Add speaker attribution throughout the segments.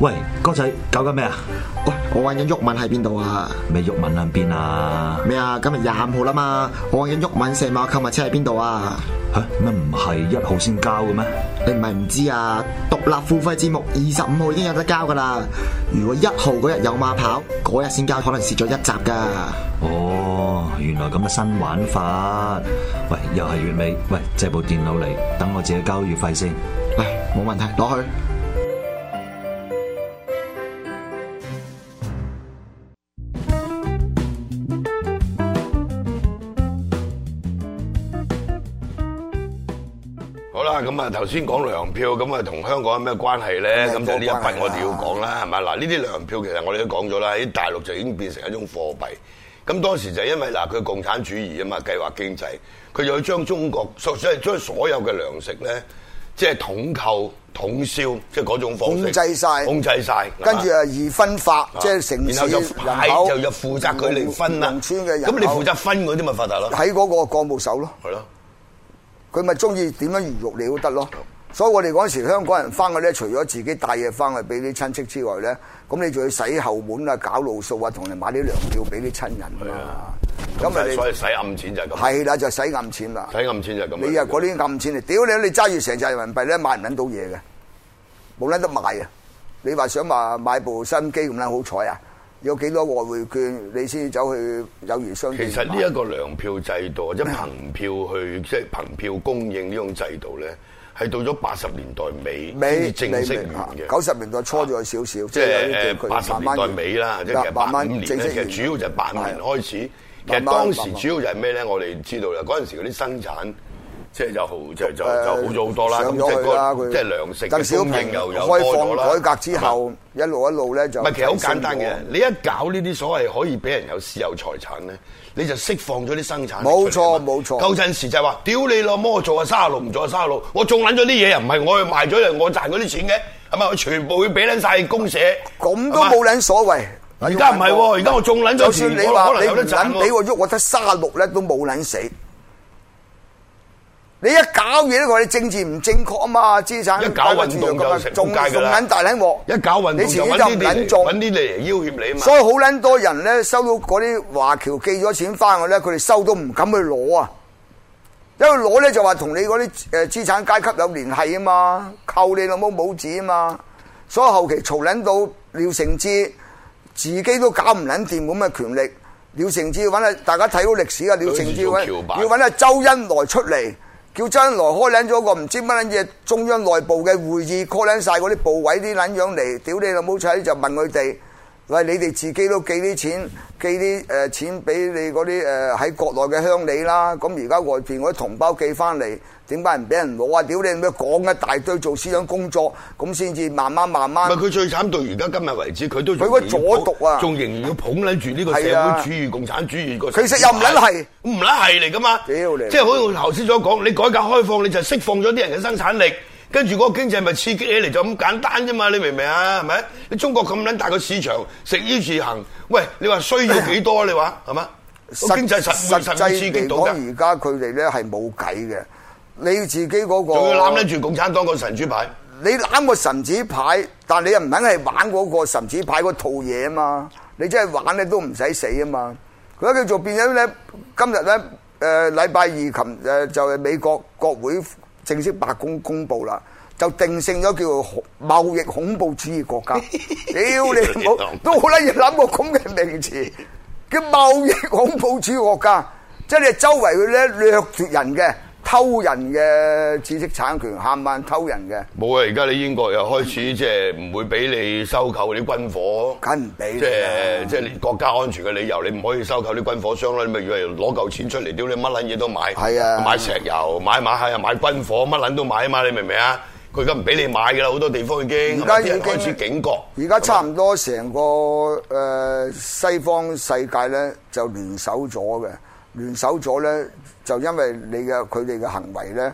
Speaker 1: 喂，哥仔搞緊咩啊？
Speaker 2: 喂，我揾緊鬱文喺邊度啊？
Speaker 1: 咪玉文喺邊啊？
Speaker 2: 咩啊？今日廿五號啦嘛，我揾緊鬱文四馬購物車喺邊度啊？
Speaker 1: 吓咩唔係一號先交嘅咩？
Speaker 2: 你唔係唔知啊？獨立付費節目二十五號已經有得交噶啦。如果一號嗰日有馬跑，嗰日先交，可能蝕咗一集噶。
Speaker 1: 哦，原來咁嘅新玩法。喂，又係月尾，喂，借部電腦嚟，等我自己交月費先。
Speaker 2: 唉，冇問題，攞去。
Speaker 3: 好啦，咁啊頭先講糧票，咁啊同香港有咩關係咧？
Speaker 2: 香
Speaker 3: 咁
Speaker 2: 港
Speaker 3: 就呢一
Speaker 4: 啊
Speaker 2: 關係啦
Speaker 3: 筆我哋要講啦，係咪？嗱，呢啲糧票其實我哋都講咗啦，喺大陸就已經變成一種貨幣。咁當時就因為嗱，佢共產主義啊嘛，計劃經濟，佢就要將中國所所以將所有嘅糧食咧，即係統購統銷，即係嗰種方式
Speaker 4: 控制晒
Speaker 3: 控制晒，
Speaker 4: 跟住啊，二分法，即係城
Speaker 3: 然後
Speaker 4: 市
Speaker 3: 就
Speaker 4: 人
Speaker 3: 派
Speaker 4: 口
Speaker 3: 就就負責佢嚟分啦。
Speaker 4: 農村嘅人口
Speaker 3: 咁你負責分嗰啲咪發達咯，
Speaker 4: 喺嗰個國務手咯，
Speaker 3: 係咯。
Speaker 4: 佢咪中意點樣魚肉你都得咯。所以我哋嗰陣時香港人翻去咧，除咗自己帶嘢翻去俾啲親戚之外咧，咁你仲要洗後門啊、搞路數啊，同人買啲糧票俾啲親人啊。咁咪
Speaker 3: 所以
Speaker 4: 你
Speaker 3: 使暗錢就係咁，
Speaker 4: 係啦，就洗暗錢啦。
Speaker 3: 使暗錢就係咁。
Speaker 4: 你啊嗰啲暗錢嚟，屌你！你揸住成扎人民幣咧，買唔撚到嘢嘅，冇撚得賣啊！你話想話買部新機咁撚好彩啊？有幾多外匯券你先走去友誼商店
Speaker 3: 其
Speaker 4: 買？
Speaker 3: 實呢一個糧票制度或者憑票去即係憑票供應呢種制度咧，係到咗八十年代尾先
Speaker 4: 美
Speaker 3: 至正式完嘅。
Speaker 4: 九十年代初咗有少少，
Speaker 3: 即
Speaker 4: 係
Speaker 3: 係
Speaker 4: 有啲
Speaker 3: 誒八十
Speaker 4: 佢慢
Speaker 3: 年
Speaker 4: 慢
Speaker 3: 代尾啦，即係其實八五年咧，其實主要就係八五年開始。其實
Speaker 4: 啊慢慢
Speaker 3: 當
Speaker 4: 慢
Speaker 3: 時
Speaker 4: 慢
Speaker 3: 主要就係咩咧？我哋知道啦，嗰陣時嗰啲生產即係就好就就就好咗好多啦。咁
Speaker 4: 上
Speaker 3: 即係
Speaker 4: 咗去啦，
Speaker 3: 嗰
Speaker 4: 佢
Speaker 3: 即係糧食
Speaker 4: 鄧
Speaker 3: 嘅
Speaker 4: 小
Speaker 3: 供
Speaker 4: 平
Speaker 3: 應又又多咗
Speaker 4: 開
Speaker 3: 啦。
Speaker 4: 放改革之後，一路一路咧就
Speaker 3: 唔係，其實好簡單
Speaker 4: 提
Speaker 3: 嘅
Speaker 4: 升咗。
Speaker 3: 你一搞呢啲所謂可以俾人有私有財產咧，你就釋放咗啲生產力
Speaker 4: 冇錯
Speaker 3: 出嚟啊嘛
Speaker 4: 冇錯
Speaker 3: 舊陣時就係話，屌你老母，我做啊三十六，唔做啊三十六，我種撚咗啲嘢又唔係我去賣咗，又我賺嗰啲錢嘅，係咪？我全部要俾撚晒公社，
Speaker 4: 咁都
Speaker 3: 係咪
Speaker 4: 冇。撚所謂。
Speaker 3: 而家唔係喎，而家我種撚
Speaker 4: 就
Speaker 3: 咗
Speaker 4: 算
Speaker 3: 田，
Speaker 4: 你
Speaker 3: 我可
Speaker 4: 話
Speaker 3: 能
Speaker 4: 你
Speaker 3: 有
Speaker 4: 唔
Speaker 3: 得賺
Speaker 4: 撚俾
Speaker 3: 喎。
Speaker 4: 我喐，我得卅六咧都冇撚死。你一搞嘢咧，我哋政治唔正確啊嘛，資產
Speaker 3: 一搞運動就成撲
Speaker 4: 仲
Speaker 3: 街㗎啦
Speaker 4: 仲撚大撚鑊，
Speaker 3: 一搞運
Speaker 4: 你
Speaker 3: 動
Speaker 4: 自
Speaker 3: 就
Speaker 4: 己
Speaker 3: 揾
Speaker 4: 就
Speaker 3: 呢啲
Speaker 4: 唔
Speaker 3: 嚟
Speaker 4: 撚中
Speaker 3: 揾。啲嚟要挾你啊嘛
Speaker 4: 所。以好撚多人咧收到嗰啲華僑寄咗錢翻去咧，佢哋收都唔敢去攞啊，因為攞咧就話同你嗰啲誒資產階級有聯繫啊嘛，扣你老母帽子啊嘛，所以後期嘈撚到廖承志自己都搞唔撚掂咁嘅權力，廖承志要揾啊，大家睇到歷史啊，廖承志要
Speaker 3: 佢好似做橋
Speaker 4: 揾
Speaker 3: 板
Speaker 4: 要揾啊周恩來出嚟。叫周恩來開撚咗個唔知乜撚嘢中央內部嘅會議，call 撚晒嗰啲部委啲撚樣嚟，屌你老母仔就問佢哋，喂你哋自己都寄啲錢，寄啲誒、呃、錢俾你嗰啲誒喺國內嘅鄉里啦，咁而家外邊嗰啲同胞寄翻嚟，點解唔俾人攞啊？屌你咩講一大堆做思想工作，咁先至慢慢慢慢
Speaker 3: 唔係。佢最慘到而家今日為止，佢都仲
Speaker 4: 佢個
Speaker 3: 要
Speaker 4: 左毒啊
Speaker 3: 仲仍然要捧撚住呢個社
Speaker 4: 係啊
Speaker 3: 會主義、共產主義個。
Speaker 4: 其實又唔撚係，
Speaker 3: 唔撚係嚟噶嘛。
Speaker 4: 屌你
Speaker 3: 即係好似我頭先所講，你改革開放你就釋放咗啲人嘅生產力。跟住嗰個經濟咪刺激起嚟就咁簡單啫嘛，你明唔明啊？係咪？你中國咁撚大個市場，食衣住行，喂，你話需要幾多啊？你話係嘛？個經濟實會實會刺激
Speaker 4: 嚟
Speaker 3: 到
Speaker 4: 講，
Speaker 3: 㗎，
Speaker 4: 而家佢哋咧係冇計嘅，你自己嗰、個
Speaker 3: 仲要攬得住共產黨個神主牌。
Speaker 4: 你攬個神子牌，但你又唔肯係玩嗰個神子牌嗰套嘢啊嘛！你真係玩咧都唔使死啊嘛！佢而家叫做變咗咧，今日咧誒禮拜二琴誒、呃就係美國國會正式白宮公佈啦。就定性咗叫做恐貿易恐怖主義國家，屌你冇都好撚要諗個咁嘅名詞，叫貿易恐怖主義國家，即係你周圍佢咧掠奪人嘅、偷人嘅知識產權，冚唪唥偷人嘅。
Speaker 3: 冇啊！而家你英國又開始即係唔會俾你收購啲軍火，
Speaker 4: 梗唔俾你
Speaker 3: 即
Speaker 4: 啦
Speaker 3: 係即係你國家安全嘅理由，你唔可以收購啲軍火商啦。你咪以為攞嚿錢出嚟，屌你乜撚嘢都買，
Speaker 4: 係啊
Speaker 3: 買石油、買馬蟹、買軍火，乜撚都買啊嘛！你明唔明啊？佢而家唔俾你買㗎啦，好多地方已經，
Speaker 4: 而家
Speaker 3: 係咪啲人
Speaker 4: 已經
Speaker 3: 開始警覺。
Speaker 4: 而家差唔多成個誒、呃西方世界咧就聯手咗嘅，聯手咗咧就因為你嘅佢哋嘅行為咧，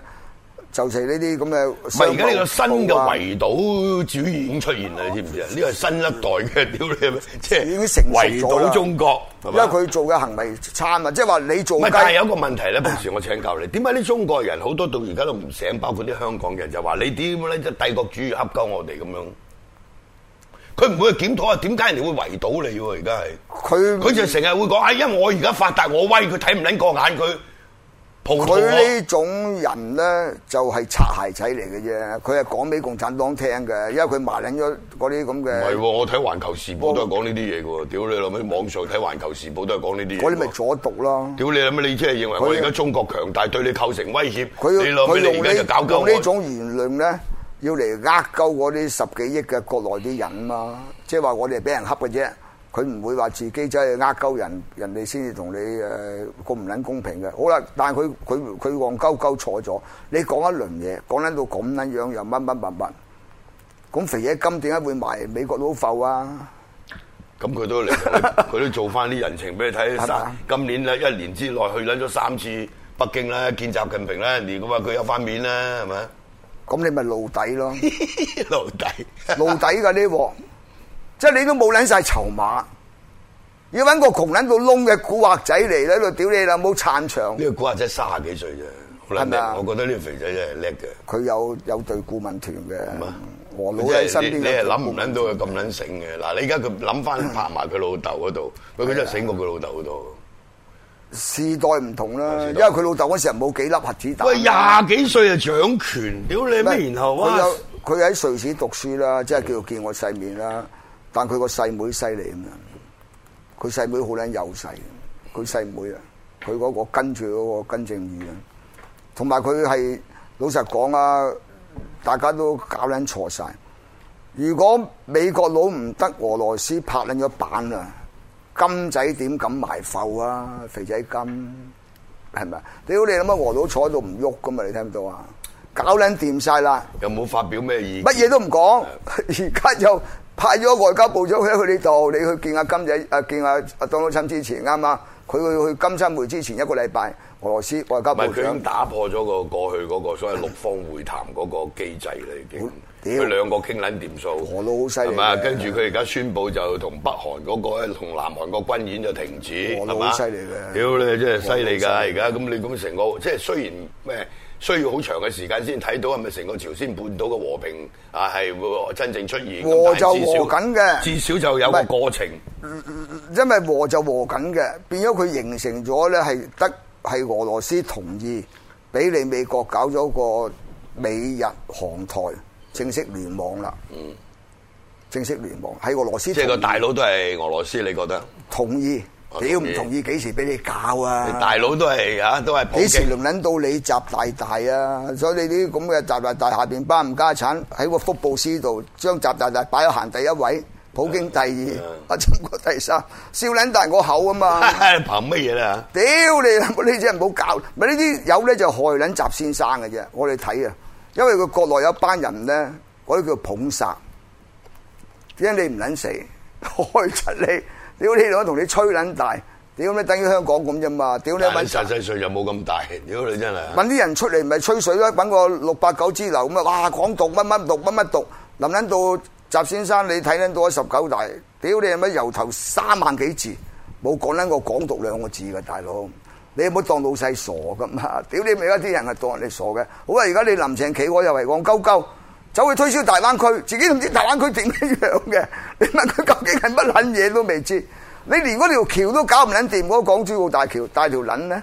Speaker 4: 就係呢啲咁嘅。啊唔
Speaker 3: 唔係而家呢個新嘅圍堵主義已經出現啦，你知唔知啊？呢個係新一代嘅屌你咪，即係
Speaker 4: 已經成熟咗啦
Speaker 3: 圍堵中國，係
Speaker 4: 因
Speaker 3: 嘛
Speaker 4: 為佢做嘅行為差啊，即係話你做
Speaker 3: 唔係，但係
Speaker 4: 雞
Speaker 3: 有一個問題 咧，平時我請教你，點解啲中國人好多到而家都唔醒，包括啲香港人就話你點咧，即係帝國主義恰鳩我哋咁樣？佢唔會去檢討啊，點解人哋會圍堵你喎？而家係。
Speaker 4: 佢
Speaker 3: 佢就成日會講，哎，因為我而家發達，我威，佢睇唔撚過眼，佢葡萄
Speaker 4: 佢呢
Speaker 3: 我。
Speaker 4: 種人咧就係擦鞋仔嚟嘅啫，佢係講俾共產黨聽嘅，因為佢埋撚咗嗰啲咁
Speaker 3: 唔係喎，
Speaker 4: 嘅，
Speaker 3: 我睇《環球時報》都係講呢啲嘢嘅喎，屌你老味，網上睇《環球時報》都係講呢啲嘢喎。
Speaker 4: 嗰啲咪左毒咯。
Speaker 3: 屌你老味，你即係認為我而家中國強大，對你構成威脅，
Speaker 4: 佢
Speaker 3: 你老
Speaker 4: 佢
Speaker 3: 味你
Speaker 4: 用
Speaker 3: 而家就搞鳩
Speaker 4: 呢用呢
Speaker 3: 我。
Speaker 4: 種言論咧，要嚟呃鳩嗰啲十幾億嘅國內啲人嘛，即係話我哋係俾人恰嘅啫。佢唔會話自己真係呃鳩人，人哋先至同你誒咁唔撚公平嘅。好啦，但係佢佢佢戇鳩鳩錯咗，你講一輪嘢，講撚到咁撚樣又乜乜乜乜，咁肥嘢金點解會埋美國佬埠啊？
Speaker 3: 咁佢 都嚟，佢都做翻啲人情俾你睇。
Speaker 4: 係咪
Speaker 3: 三
Speaker 4: 啊
Speaker 3: 今年咧一年之內去撚咗三次北京啦，見習近平啦，連咁啊佢有翻面啦，係咪？
Speaker 4: 咁你咪露底咯。
Speaker 3: 老弟，
Speaker 4: 露底㗎呢鑊，即係你都冇撚晒籌碼，要揾個窮撚到窿嘅古惑仔嚟喺度屌你啦，冇撐場。
Speaker 3: 呢個古惑仔三十幾歲啫，好
Speaker 4: 係
Speaker 3: 撚
Speaker 4: 咪啊
Speaker 3: 叻。我覺得呢個肥仔真係叻嘅。
Speaker 4: 佢有有隊顧問團嘅
Speaker 3: 嘛，
Speaker 4: 我老喺身邊
Speaker 3: 啊你
Speaker 4: 有
Speaker 3: 你係
Speaker 4: 隊顧問團。
Speaker 3: 諗唔諗到佢咁撚醒嘅？嗱，你而家佢諗 翻拍埋佢老豆嗰度，佢佢真係醒過佢老豆好多。
Speaker 4: 時代唔同啦，
Speaker 3: 時
Speaker 4: 因
Speaker 3: 代
Speaker 4: 為佢老豆嗰時候冇幾粒核子彈。
Speaker 3: 喂，廿幾歲就掌權，屌你咩？然後啊
Speaker 4: 佢
Speaker 3: 哇
Speaker 4: 有，佢喺瑞士讀書啦，即係叫做見我世面啦。但佢個細妹犀利咁樣，佢細妹好撚幼細，佢細妹啊，佢嗰個跟住嗰個跟正義啊，同埋佢係老實講啊，大家都搞撚錯晒。如果美國佬唔得俄羅斯拍撚咗板啊，金仔點敢埋埠啊？肥仔金係咪啊？屌你諗下俄佬坐喺度唔喐噶嘛？你聽唔到啊？搞撚掂晒啦！
Speaker 3: 有冇發表咩意見？
Speaker 4: 乜嘢都 唔講，而家又派咗外交部長去佢呢度，你去見阿金仔，啊見阿阿 Donald Trump 之前啱啊，佢去去金三梅之前一個禮拜，俄羅斯外交
Speaker 3: 唔係
Speaker 4: 部
Speaker 3: 佢已經
Speaker 4: 長
Speaker 3: 打破咗個過去嗰個所謂六方會談嗰個機制啦，已經。
Speaker 4: 屌
Speaker 3: 佢兩個傾撚掂數，
Speaker 4: 俄佬好犀利
Speaker 3: 係嘛？
Speaker 4: 嘅
Speaker 3: 跟住佢而家宣布就同北韓嗰個同南韓個軍演就停止，
Speaker 4: 俄
Speaker 3: 係
Speaker 4: 佬
Speaker 3: 嘛？
Speaker 4: 好犀利嘅
Speaker 3: 屌你真係犀利㗎！
Speaker 4: 俄佬好
Speaker 3: 而家咁你咁成個即係雖然咩需要好長嘅時間先睇到係咪成個朝鮮半島嘅和平啊係會真正出現，咁
Speaker 4: 和
Speaker 3: 但係
Speaker 4: 就
Speaker 3: 至少
Speaker 4: 和緊嘅
Speaker 3: 至少就有個
Speaker 4: 唔係
Speaker 3: 過程。
Speaker 4: 因為和就和緊嘅，變咗佢形成咗咧係得係俄羅斯同意俾你美國搞咗個美日韓台正式聯網啦。嗯，正式聯網喺俄羅斯
Speaker 3: 即係個
Speaker 4: 同
Speaker 3: 大佬都係俄羅斯，你覺得？
Speaker 4: 同意，
Speaker 3: 我同意
Speaker 4: 屌唔同意幾時俾你搞啊？
Speaker 3: 你大佬都係啊，都係普
Speaker 4: 幾時
Speaker 3: 京。
Speaker 4: 輪撚到你習大大啊？所以你啲咁嘅習大大下邊班唔家產喺個福布斯度將習大大擺喺行第一位，普京第二，
Speaker 3: 嗯
Speaker 4: 阿中國第三，笑撚大我口啊 嘛！
Speaker 3: 憑乜嘢咧嚇？
Speaker 4: 屌你啦！呢啲人唔好搞，咪呢啲友咧就害撚習先生嘅啫。我哋睇啊，因為佢國內有一班人咧，嗰啲叫捧殺，點解你唔撚死， 害出你？屌你老母同你吹撚大，屌你等於香港咁啫嘛！屌你
Speaker 3: 但係
Speaker 4: 揾
Speaker 3: 實際上又冇咁大，屌你真係。
Speaker 4: 揾啲人出嚟咪吹水咯，揾個六八九支流咁啊！哇，港獨乜乜獨乜乜獨，臨撚到習先生你睇撚到啊十九大，屌你係咪由頭三萬幾字，冇講撚過港獨兩個字嘅大佬，你有冇當老細傻噶嘛？ 屌你咪而家啲人係當人哋傻嘅，好啊！而家你林鄭企我又係戇鳩鳩。走去推銷大灣區，自己都唔知大灣區點樣嘅。 你問佢究竟係乜撚嘢都未知，你連嗰條橋都搞唔撚掂，嗰、個港珠澳大橋帶條撚咧？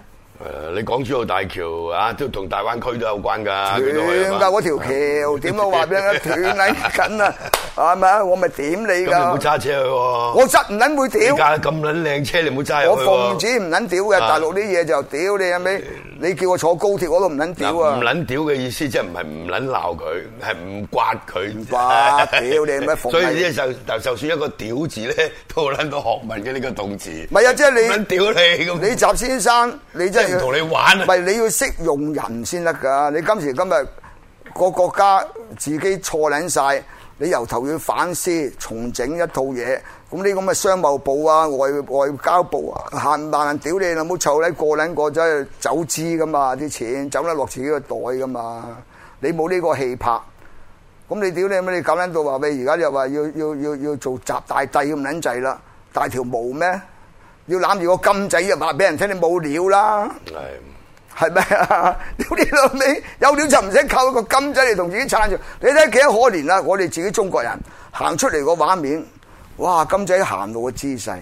Speaker 3: 誒，你港珠澳大橋啊，都同大灣區都有關㗎。啊佢都可以
Speaker 4: 斷
Speaker 3: 嘛
Speaker 4: 㗎嗰條橋，點都話俾你聽 斷撚緊啊！係咪啊？我咪點你
Speaker 3: 咁你唔好
Speaker 4: 㗎？
Speaker 3: 揸車去喎。
Speaker 4: 我實唔撚會
Speaker 3: 你
Speaker 4: 屌，
Speaker 3: 架咁撚靚車，你唔好揸入
Speaker 4: 我
Speaker 3: 去喎。
Speaker 4: 奉旨唔撚屌嘅。
Speaker 3: 啊
Speaker 4: 大陸啲嘢就屌你係咪？你叫我坐高鐵我都唔撚
Speaker 3: 嗱
Speaker 4: 屌啊
Speaker 3: 唔！撚屌嘅意思，即係唔係唔撚鬧佢，係唔刮佢。
Speaker 4: 刮屌你乜 逢
Speaker 3: 所以
Speaker 4: 係
Speaker 3: 呢就就就算一個屌字咧，都撚到學問嘅呢個動詞。
Speaker 4: 唔係啊即係你
Speaker 3: 唔撚屌你咁。
Speaker 4: 你習先生，你真係要
Speaker 3: 即係唔同你玩啊
Speaker 4: 唔係你要識用人先得㗎。你今時今日個國家自己錯撚晒，你由頭要反思重整一套嘢。咁呢咁嘅商務部啊、外外交部啊，限萬屌你老母臭撚過撚過，真係走資㗎嘛啲錢，走得落自己個袋㗎嘛。你冇呢個氣魄。咁你 屌你乜？你搞撚到話喂，而家又話要要要要做集大帝咁撚滯啦，大條毛咩？要攬住個金仔又話俾人聽你冇料啦，
Speaker 3: 係。
Speaker 4: 係咪啊？屌你老味，有料就唔使靠一個金仔嚟同自己撐住。你睇幾多可憐啦！我哋自己中國人行出嚟個畫面，哇！金仔行路嘅姿勢，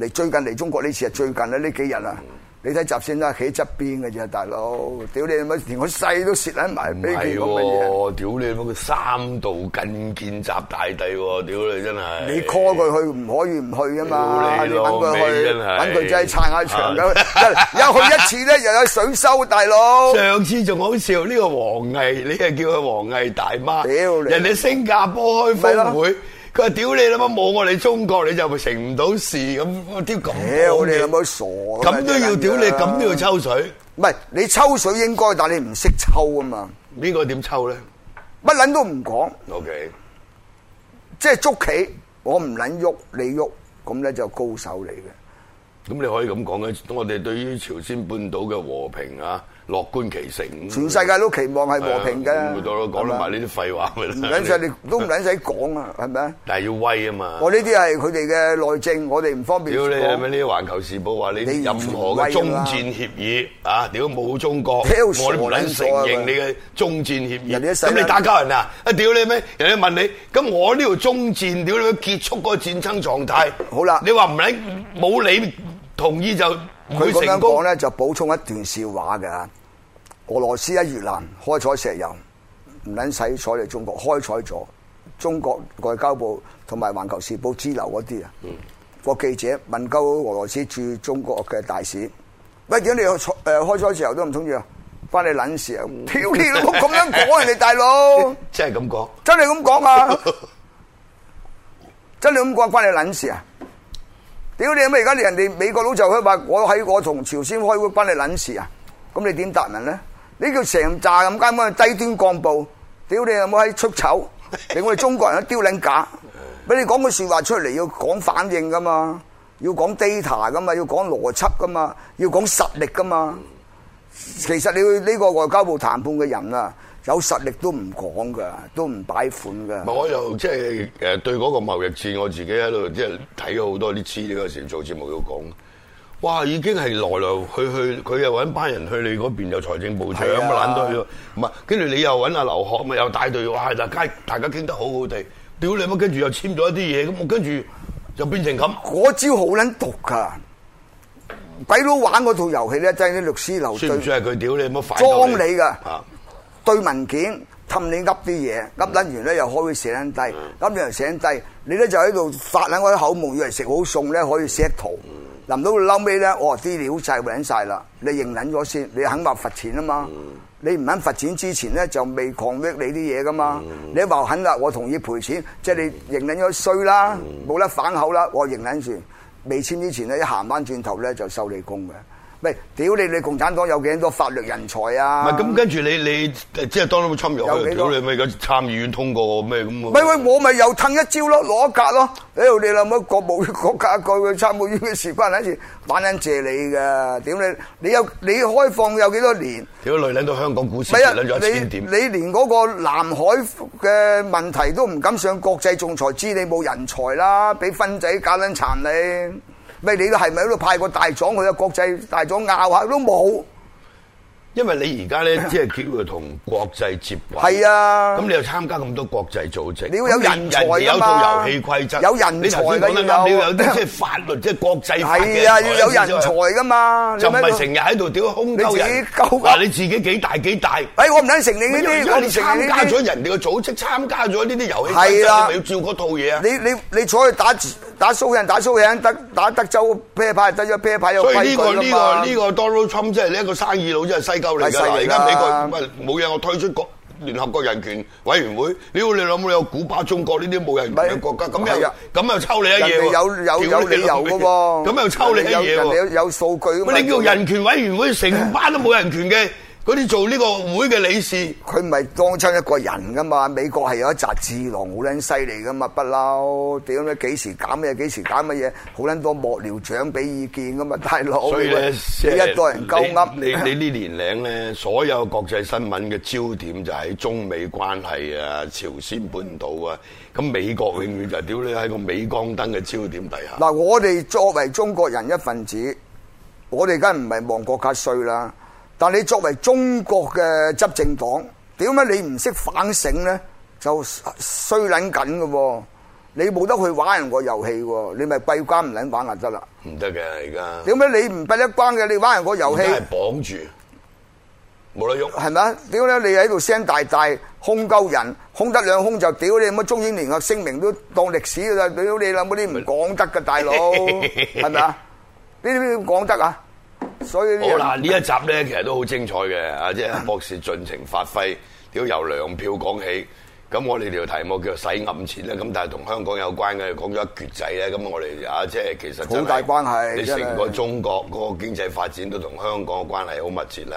Speaker 4: 嚟最近嚟中國呢次係最近啦，呢幾日啊，你睇習先生企喺側邊嘅啫，大佬，屌你乜連個細都蝕撚埋
Speaker 3: 唔
Speaker 4: 俾
Speaker 3: 係
Speaker 4: 件咁嘅嘢。
Speaker 3: 喎，屌你乜佢三度近見習大帝喎，屌你真係！
Speaker 4: 你 call 佢去唔可以唔去啊嘛，
Speaker 3: 屌
Speaker 4: 你
Speaker 3: 你
Speaker 4: 揾
Speaker 3: 老
Speaker 4: 佢
Speaker 3: 味
Speaker 4: 去，
Speaker 3: 真係
Speaker 4: 揾佢真係撐下 場咁，
Speaker 3: 啊
Speaker 4: 一去一次咧又有水收，大佬。
Speaker 3: 上次仲好笑，呢、個王毅，你係叫佢王毅大媽，
Speaker 4: 屌你
Speaker 3: 人哋新加坡開
Speaker 4: 咪
Speaker 3: 峰
Speaker 4: 咯
Speaker 3: 會，佢話屌你老母冇我哋中國你就成唔到事咁，我屌咁
Speaker 4: 屌
Speaker 3: 講
Speaker 4: 你
Speaker 3: 嘢
Speaker 4: 有冇傻㗎
Speaker 3: 咁都要屌你，
Speaker 4: 啊
Speaker 3: 咁都要？抽水，
Speaker 4: 唔係你抽水應該，但你唔識抽啊嘛，
Speaker 3: 呢、個點抽咧
Speaker 4: 乜撚都唔講。
Speaker 3: ？OK，
Speaker 4: 即係捉棋，我唔撚喐，你喐，咁咧就高手嚟嘅。
Speaker 3: 咁你可以咁講嘅，我哋對於朝鮮半島嘅和平啊，樂觀其成，
Speaker 4: 全世界都期望係和平嘅，
Speaker 3: 咪多講得
Speaker 4: 係
Speaker 3: 埋
Speaker 4: 咪
Speaker 3: 呢啲廢話咪
Speaker 4: 唔
Speaker 3: 得
Speaker 4: 撚使你都唔撚使講啊，係咪？
Speaker 3: 但係要威啊嘛。
Speaker 4: 我呢啲係佢哋嘅內政，我哋唔方便
Speaker 3: 屌你係咪
Speaker 4: 講。
Speaker 3: 呢啲《環球時報》話你
Speaker 4: 你
Speaker 3: 任何嘅中戰協議啊，屌冇中國，我
Speaker 4: 屌
Speaker 3: 哋唔撚承認你嘅中戰協
Speaker 4: 人哋都
Speaker 3: 議。
Speaker 4: 使
Speaker 3: 咁你
Speaker 4: 撚
Speaker 3: 打交人啊？啊屌你咩？人哋問你，咁我呢度中戰，屌你咩結束嗰個戰爭狀態。
Speaker 4: 好啦
Speaker 3: 你話唔撚冇你同意就唔
Speaker 4: 佢
Speaker 3: 會
Speaker 4: 咁樣
Speaker 3: 成
Speaker 4: 講
Speaker 3: 功。
Speaker 4: 咧，就補充一段笑話嘅。俄羅斯喺越南開採石油，唔撚使採嚟中國開採咗，中國外交部同埋《環球時報》支流嗰啲啊，個記者問鳩俄羅斯駐中國嘅大使：，喂，點解你採誒開採石油都唔中意啊？關你撚事啊！屌你老母咁樣講人哋大佬！
Speaker 3: 即係咁講，
Speaker 4: 真係咁講啊！真係咁講，關你撚事啊！屌你乜？而家人哋美國佬就佢話我喺我同朝鮮開會，關你撚事啊！咁你點答人咧？你叫成扎咁間咁嘅低端幹部，屌你有冇喺出醜？你我哋中國人都丟撚假，俾你講句説話出嚟要講反應噶嘛，要講 data 噶嘛，要講邏輯噶嘛，要講實力噶嘛。其實你呢個外交部談判嘅人啊，有實力都唔講噶，都唔擺款
Speaker 3: 唔係
Speaker 4: 噶。
Speaker 3: 我又即係誒對嗰個貿易戰，我自己喺度即係睇咗好多啲資料嗰時做節目要講。哇！已經係來來去去，佢又揾班人去你嗰邊，有財政部長
Speaker 4: 係
Speaker 3: 咁
Speaker 4: 啊
Speaker 3: 撚到去喎，唔係跟住你又揾阿劉鶴咪又帶隊，哇！大家大家傾得好好地，屌你乜，跟住又簽咗一啲嘢，咁我跟住就變成咁，
Speaker 4: 嗰招好撚毒噶，鬼佬玩嗰套遊戲咧，真係啲律師樓
Speaker 3: 算唔
Speaker 4: 對
Speaker 3: 算係佢屌你乜反
Speaker 4: 裝
Speaker 3: 到
Speaker 4: 你㗎
Speaker 3: 啊
Speaker 4: 對文件氹你噏啲嘢，噏撚完咧又開會寫撚低，噏完又寫撚低，你咧就喺度發撚嗰啲口夢，以為食好餸咧可以 set 圖。臨到嬲尾咧，哦啲料晒撚晒啦，你認撚咗先，你肯話罰錢啊嘛。你唔肯罰錢之前咧，就未 convict 你啲嘢噶嘛。你話肯啦，我同意賠錢，即係你認撚咗衰啦，冇得反口啦，我認撚住。未簽之前咧，一行翻轉頭咧就收你工嘅。喂，屌你！你共產黨有幾多法律人才
Speaker 3: 唔
Speaker 4: 啊？
Speaker 3: 係咁跟住你你即係 Donald Trump 又
Speaker 4: 有
Speaker 3: 去
Speaker 4: 幾多
Speaker 3: 屌你咪個參議院通過咩咁
Speaker 4: 咪喂，我咪又褪一招咯，攞一格咯。屌你老母，國務院國家個參謀院嘅事關撚事，玩撚借你㗎。屌你！你有你開放有幾多年？
Speaker 3: 屌累撚到香港股市
Speaker 4: 咪
Speaker 3: 跌
Speaker 4: 啊！
Speaker 3: 撚咗一
Speaker 4: 你
Speaker 3: 千點。
Speaker 4: 你連嗰個南海嘅問題都唔敢上國際仲裁，知你冇人才啦，俾分仔搞撚殘你。咪你都係咪喺度派個大狀去啊？國際大狀拗下都冇。
Speaker 3: 因為你而家 咧，即係叫佢同國際接軌。
Speaker 4: 係啊
Speaker 3: 咁你又參加咁多國際組織，
Speaker 4: 你要有人才㗎啊嘛
Speaker 3: 咁你人哋有套遊戲規則，
Speaker 4: 有人才㗎啊
Speaker 3: 你頭先講得
Speaker 4: 要
Speaker 3: 啱，
Speaker 4: 有
Speaker 3: 你要有啲即係法律，即係國際法嘅
Speaker 4: 係啊，要有人才㗎嘛。
Speaker 3: 就唔
Speaker 4: 你咪
Speaker 3: 係成日喺度屌空鳩
Speaker 4: 你
Speaker 3: 人
Speaker 4: 自己鳩。
Speaker 3: 嗱，你自己幾大幾大？
Speaker 4: 哎，我唔撚承認呢
Speaker 3: 因為
Speaker 4: 啲，
Speaker 3: 因
Speaker 4: 我
Speaker 3: 為
Speaker 4: 唔
Speaker 3: 你
Speaker 4: 承認
Speaker 3: 參
Speaker 4: 呢
Speaker 3: 加
Speaker 4: 啲
Speaker 3: 咗。人哋嘅組織，參加咗呢啲遊戲規
Speaker 4: 係
Speaker 3: 則，
Speaker 4: 啦
Speaker 3: 你咪要照嗰套嘢啊
Speaker 4: 你。你你坐去打打蘇人打蘇人得打德州啤牌得咗啤牌有
Speaker 3: 所以
Speaker 4: 規
Speaker 3: 呢、
Speaker 4: 矩
Speaker 3: 個
Speaker 4: 噶
Speaker 3: 呢、
Speaker 4: 嘛
Speaker 3: 個呢、個 Donald Trump 即係呢一個生意佬，真係西鳩嚟
Speaker 4: 係啊
Speaker 3: 㗎
Speaker 4: 犀
Speaker 3: 啦！而
Speaker 4: 利啦
Speaker 3: 家美國喂冇嘢，我推出國聯合國人權委員會，屌你老母有古巴、中國呢啲冇人權嘅國家，咁
Speaker 4: 係
Speaker 3: 又
Speaker 4: 啊
Speaker 3: 咁又抽你一
Speaker 4: 人
Speaker 3: 嘢
Speaker 4: 哋
Speaker 3: 喎！
Speaker 4: 有有
Speaker 3: 屌
Speaker 4: 有
Speaker 3: 你
Speaker 4: 理
Speaker 3: 老
Speaker 4: 由
Speaker 3: 味
Speaker 4: 噶喎，
Speaker 3: 咁又抽你一嘢
Speaker 4: 人哋有人
Speaker 3: 喎！
Speaker 4: 哋有有數據㗎嘛？
Speaker 3: 喂，你叫人權委員會成班都冇人權嘅，嗰啲做呢個會嘅理事，
Speaker 4: 佢唔係當親一個人噶嘛？美國係有一紮智囊好撚犀利噶嘛，不嬲屌你幾時搞乜嘢幾時搞乜嘢，好撚多幕僚長俾意見噶嘛，大佬。
Speaker 3: 所以咧，
Speaker 4: 你啊一個人鳩噏，啊
Speaker 3: 你你你呢年齡咧，所有國際新聞嘅焦點就喺中美關係啊、朝鮮半島啊，咁美國永遠就屌你喺個美光燈嘅焦點底下。
Speaker 4: 嗱，我哋作為中國人一份子，我哋梗唔係望國家衰啦。但你作為中國嘅執政黨，點解你唔識反省咧？就衰撚緊嘅喎。你冇得去玩人個遊戲喎，你咪閉關唔撚玩就得啦。
Speaker 3: 唔得嘅而家，
Speaker 4: 點解你唔閉得關嘅？你玩人個遊戲
Speaker 3: 而家係綁住，冇得喐。
Speaker 4: 係咪啊？屌你！你喺度聲大大空鳩人，空得兩空就屌你！乜中英聯合聲明都當歷史㗎啦！屌你啦！嗰啲唔講得㗎，大佬係咪啊？呢啲點講得啊？所以呢
Speaker 3: 好
Speaker 4: 樣
Speaker 3: 啦，呢一集咧其實都好精彩嘅，啊，即 係博士盡情發揮，屌由糧票講起。咁我哋條題目叫洗暗錢咧，咁但係同香港有關嘅，講咗一橛仔咧，咁我哋啊，即係其實真係
Speaker 4: 好大關係
Speaker 3: 你
Speaker 4: 真係
Speaker 3: 成個中國嗰個經濟發展都同香港嘅關係好密切啦。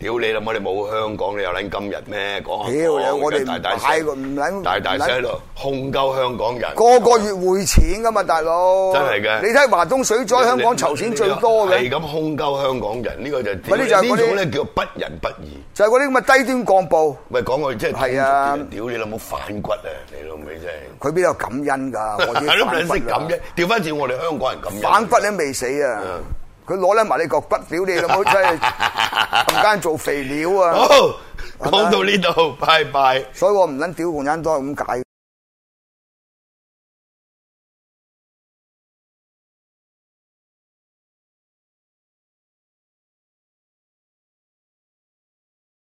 Speaker 3: 屌你啦，我哋冇香港，你有撚今日咩？講下
Speaker 4: 屌
Speaker 3: 講
Speaker 4: 你我哋唔
Speaker 3: 大大
Speaker 4: 買個
Speaker 3: 聲
Speaker 4: 唔撚
Speaker 3: 大大聲喺度控鳩香港人，
Speaker 4: 個個月匯錢㗎嘛，大佬
Speaker 3: 真係嘅
Speaker 4: 你睇華東水災，香港籌錢最多嘅
Speaker 3: 係。咁控鳩香港人，呢個就
Speaker 4: 喂呢就係嗰啲
Speaker 3: 呢種咧叫不仁不義。
Speaker 4: 就係嗰啲咁嘅低端幹部，
Speaker 3: 喂，講句即係
Speaker 4: 係啊
Speaker 3: 通俗啲屌你老母反骨啊！你老味真係，
Speaker 4: 佢邊有感恩㗎？我啲
Speaker 3: 係都唔撚識
Speaker 4: 反
Speaker 3: 咁
Speaker 4: 骨
Speaker 3: 啫
Speaker 4: 啊。
Speaker 3: 調翻轉我哋香港人咁。
Speaker 4: 反骨你未死啊
Speaker 3: 嗯！
Speaker 4: 佢攞咧埋你個骨，屌你老母 真係咁間做肥料啊！
Speaker 3: 好，講到呢度，拜拜。
Speaker 4: 所以我唔撚屌共產黨係咁解。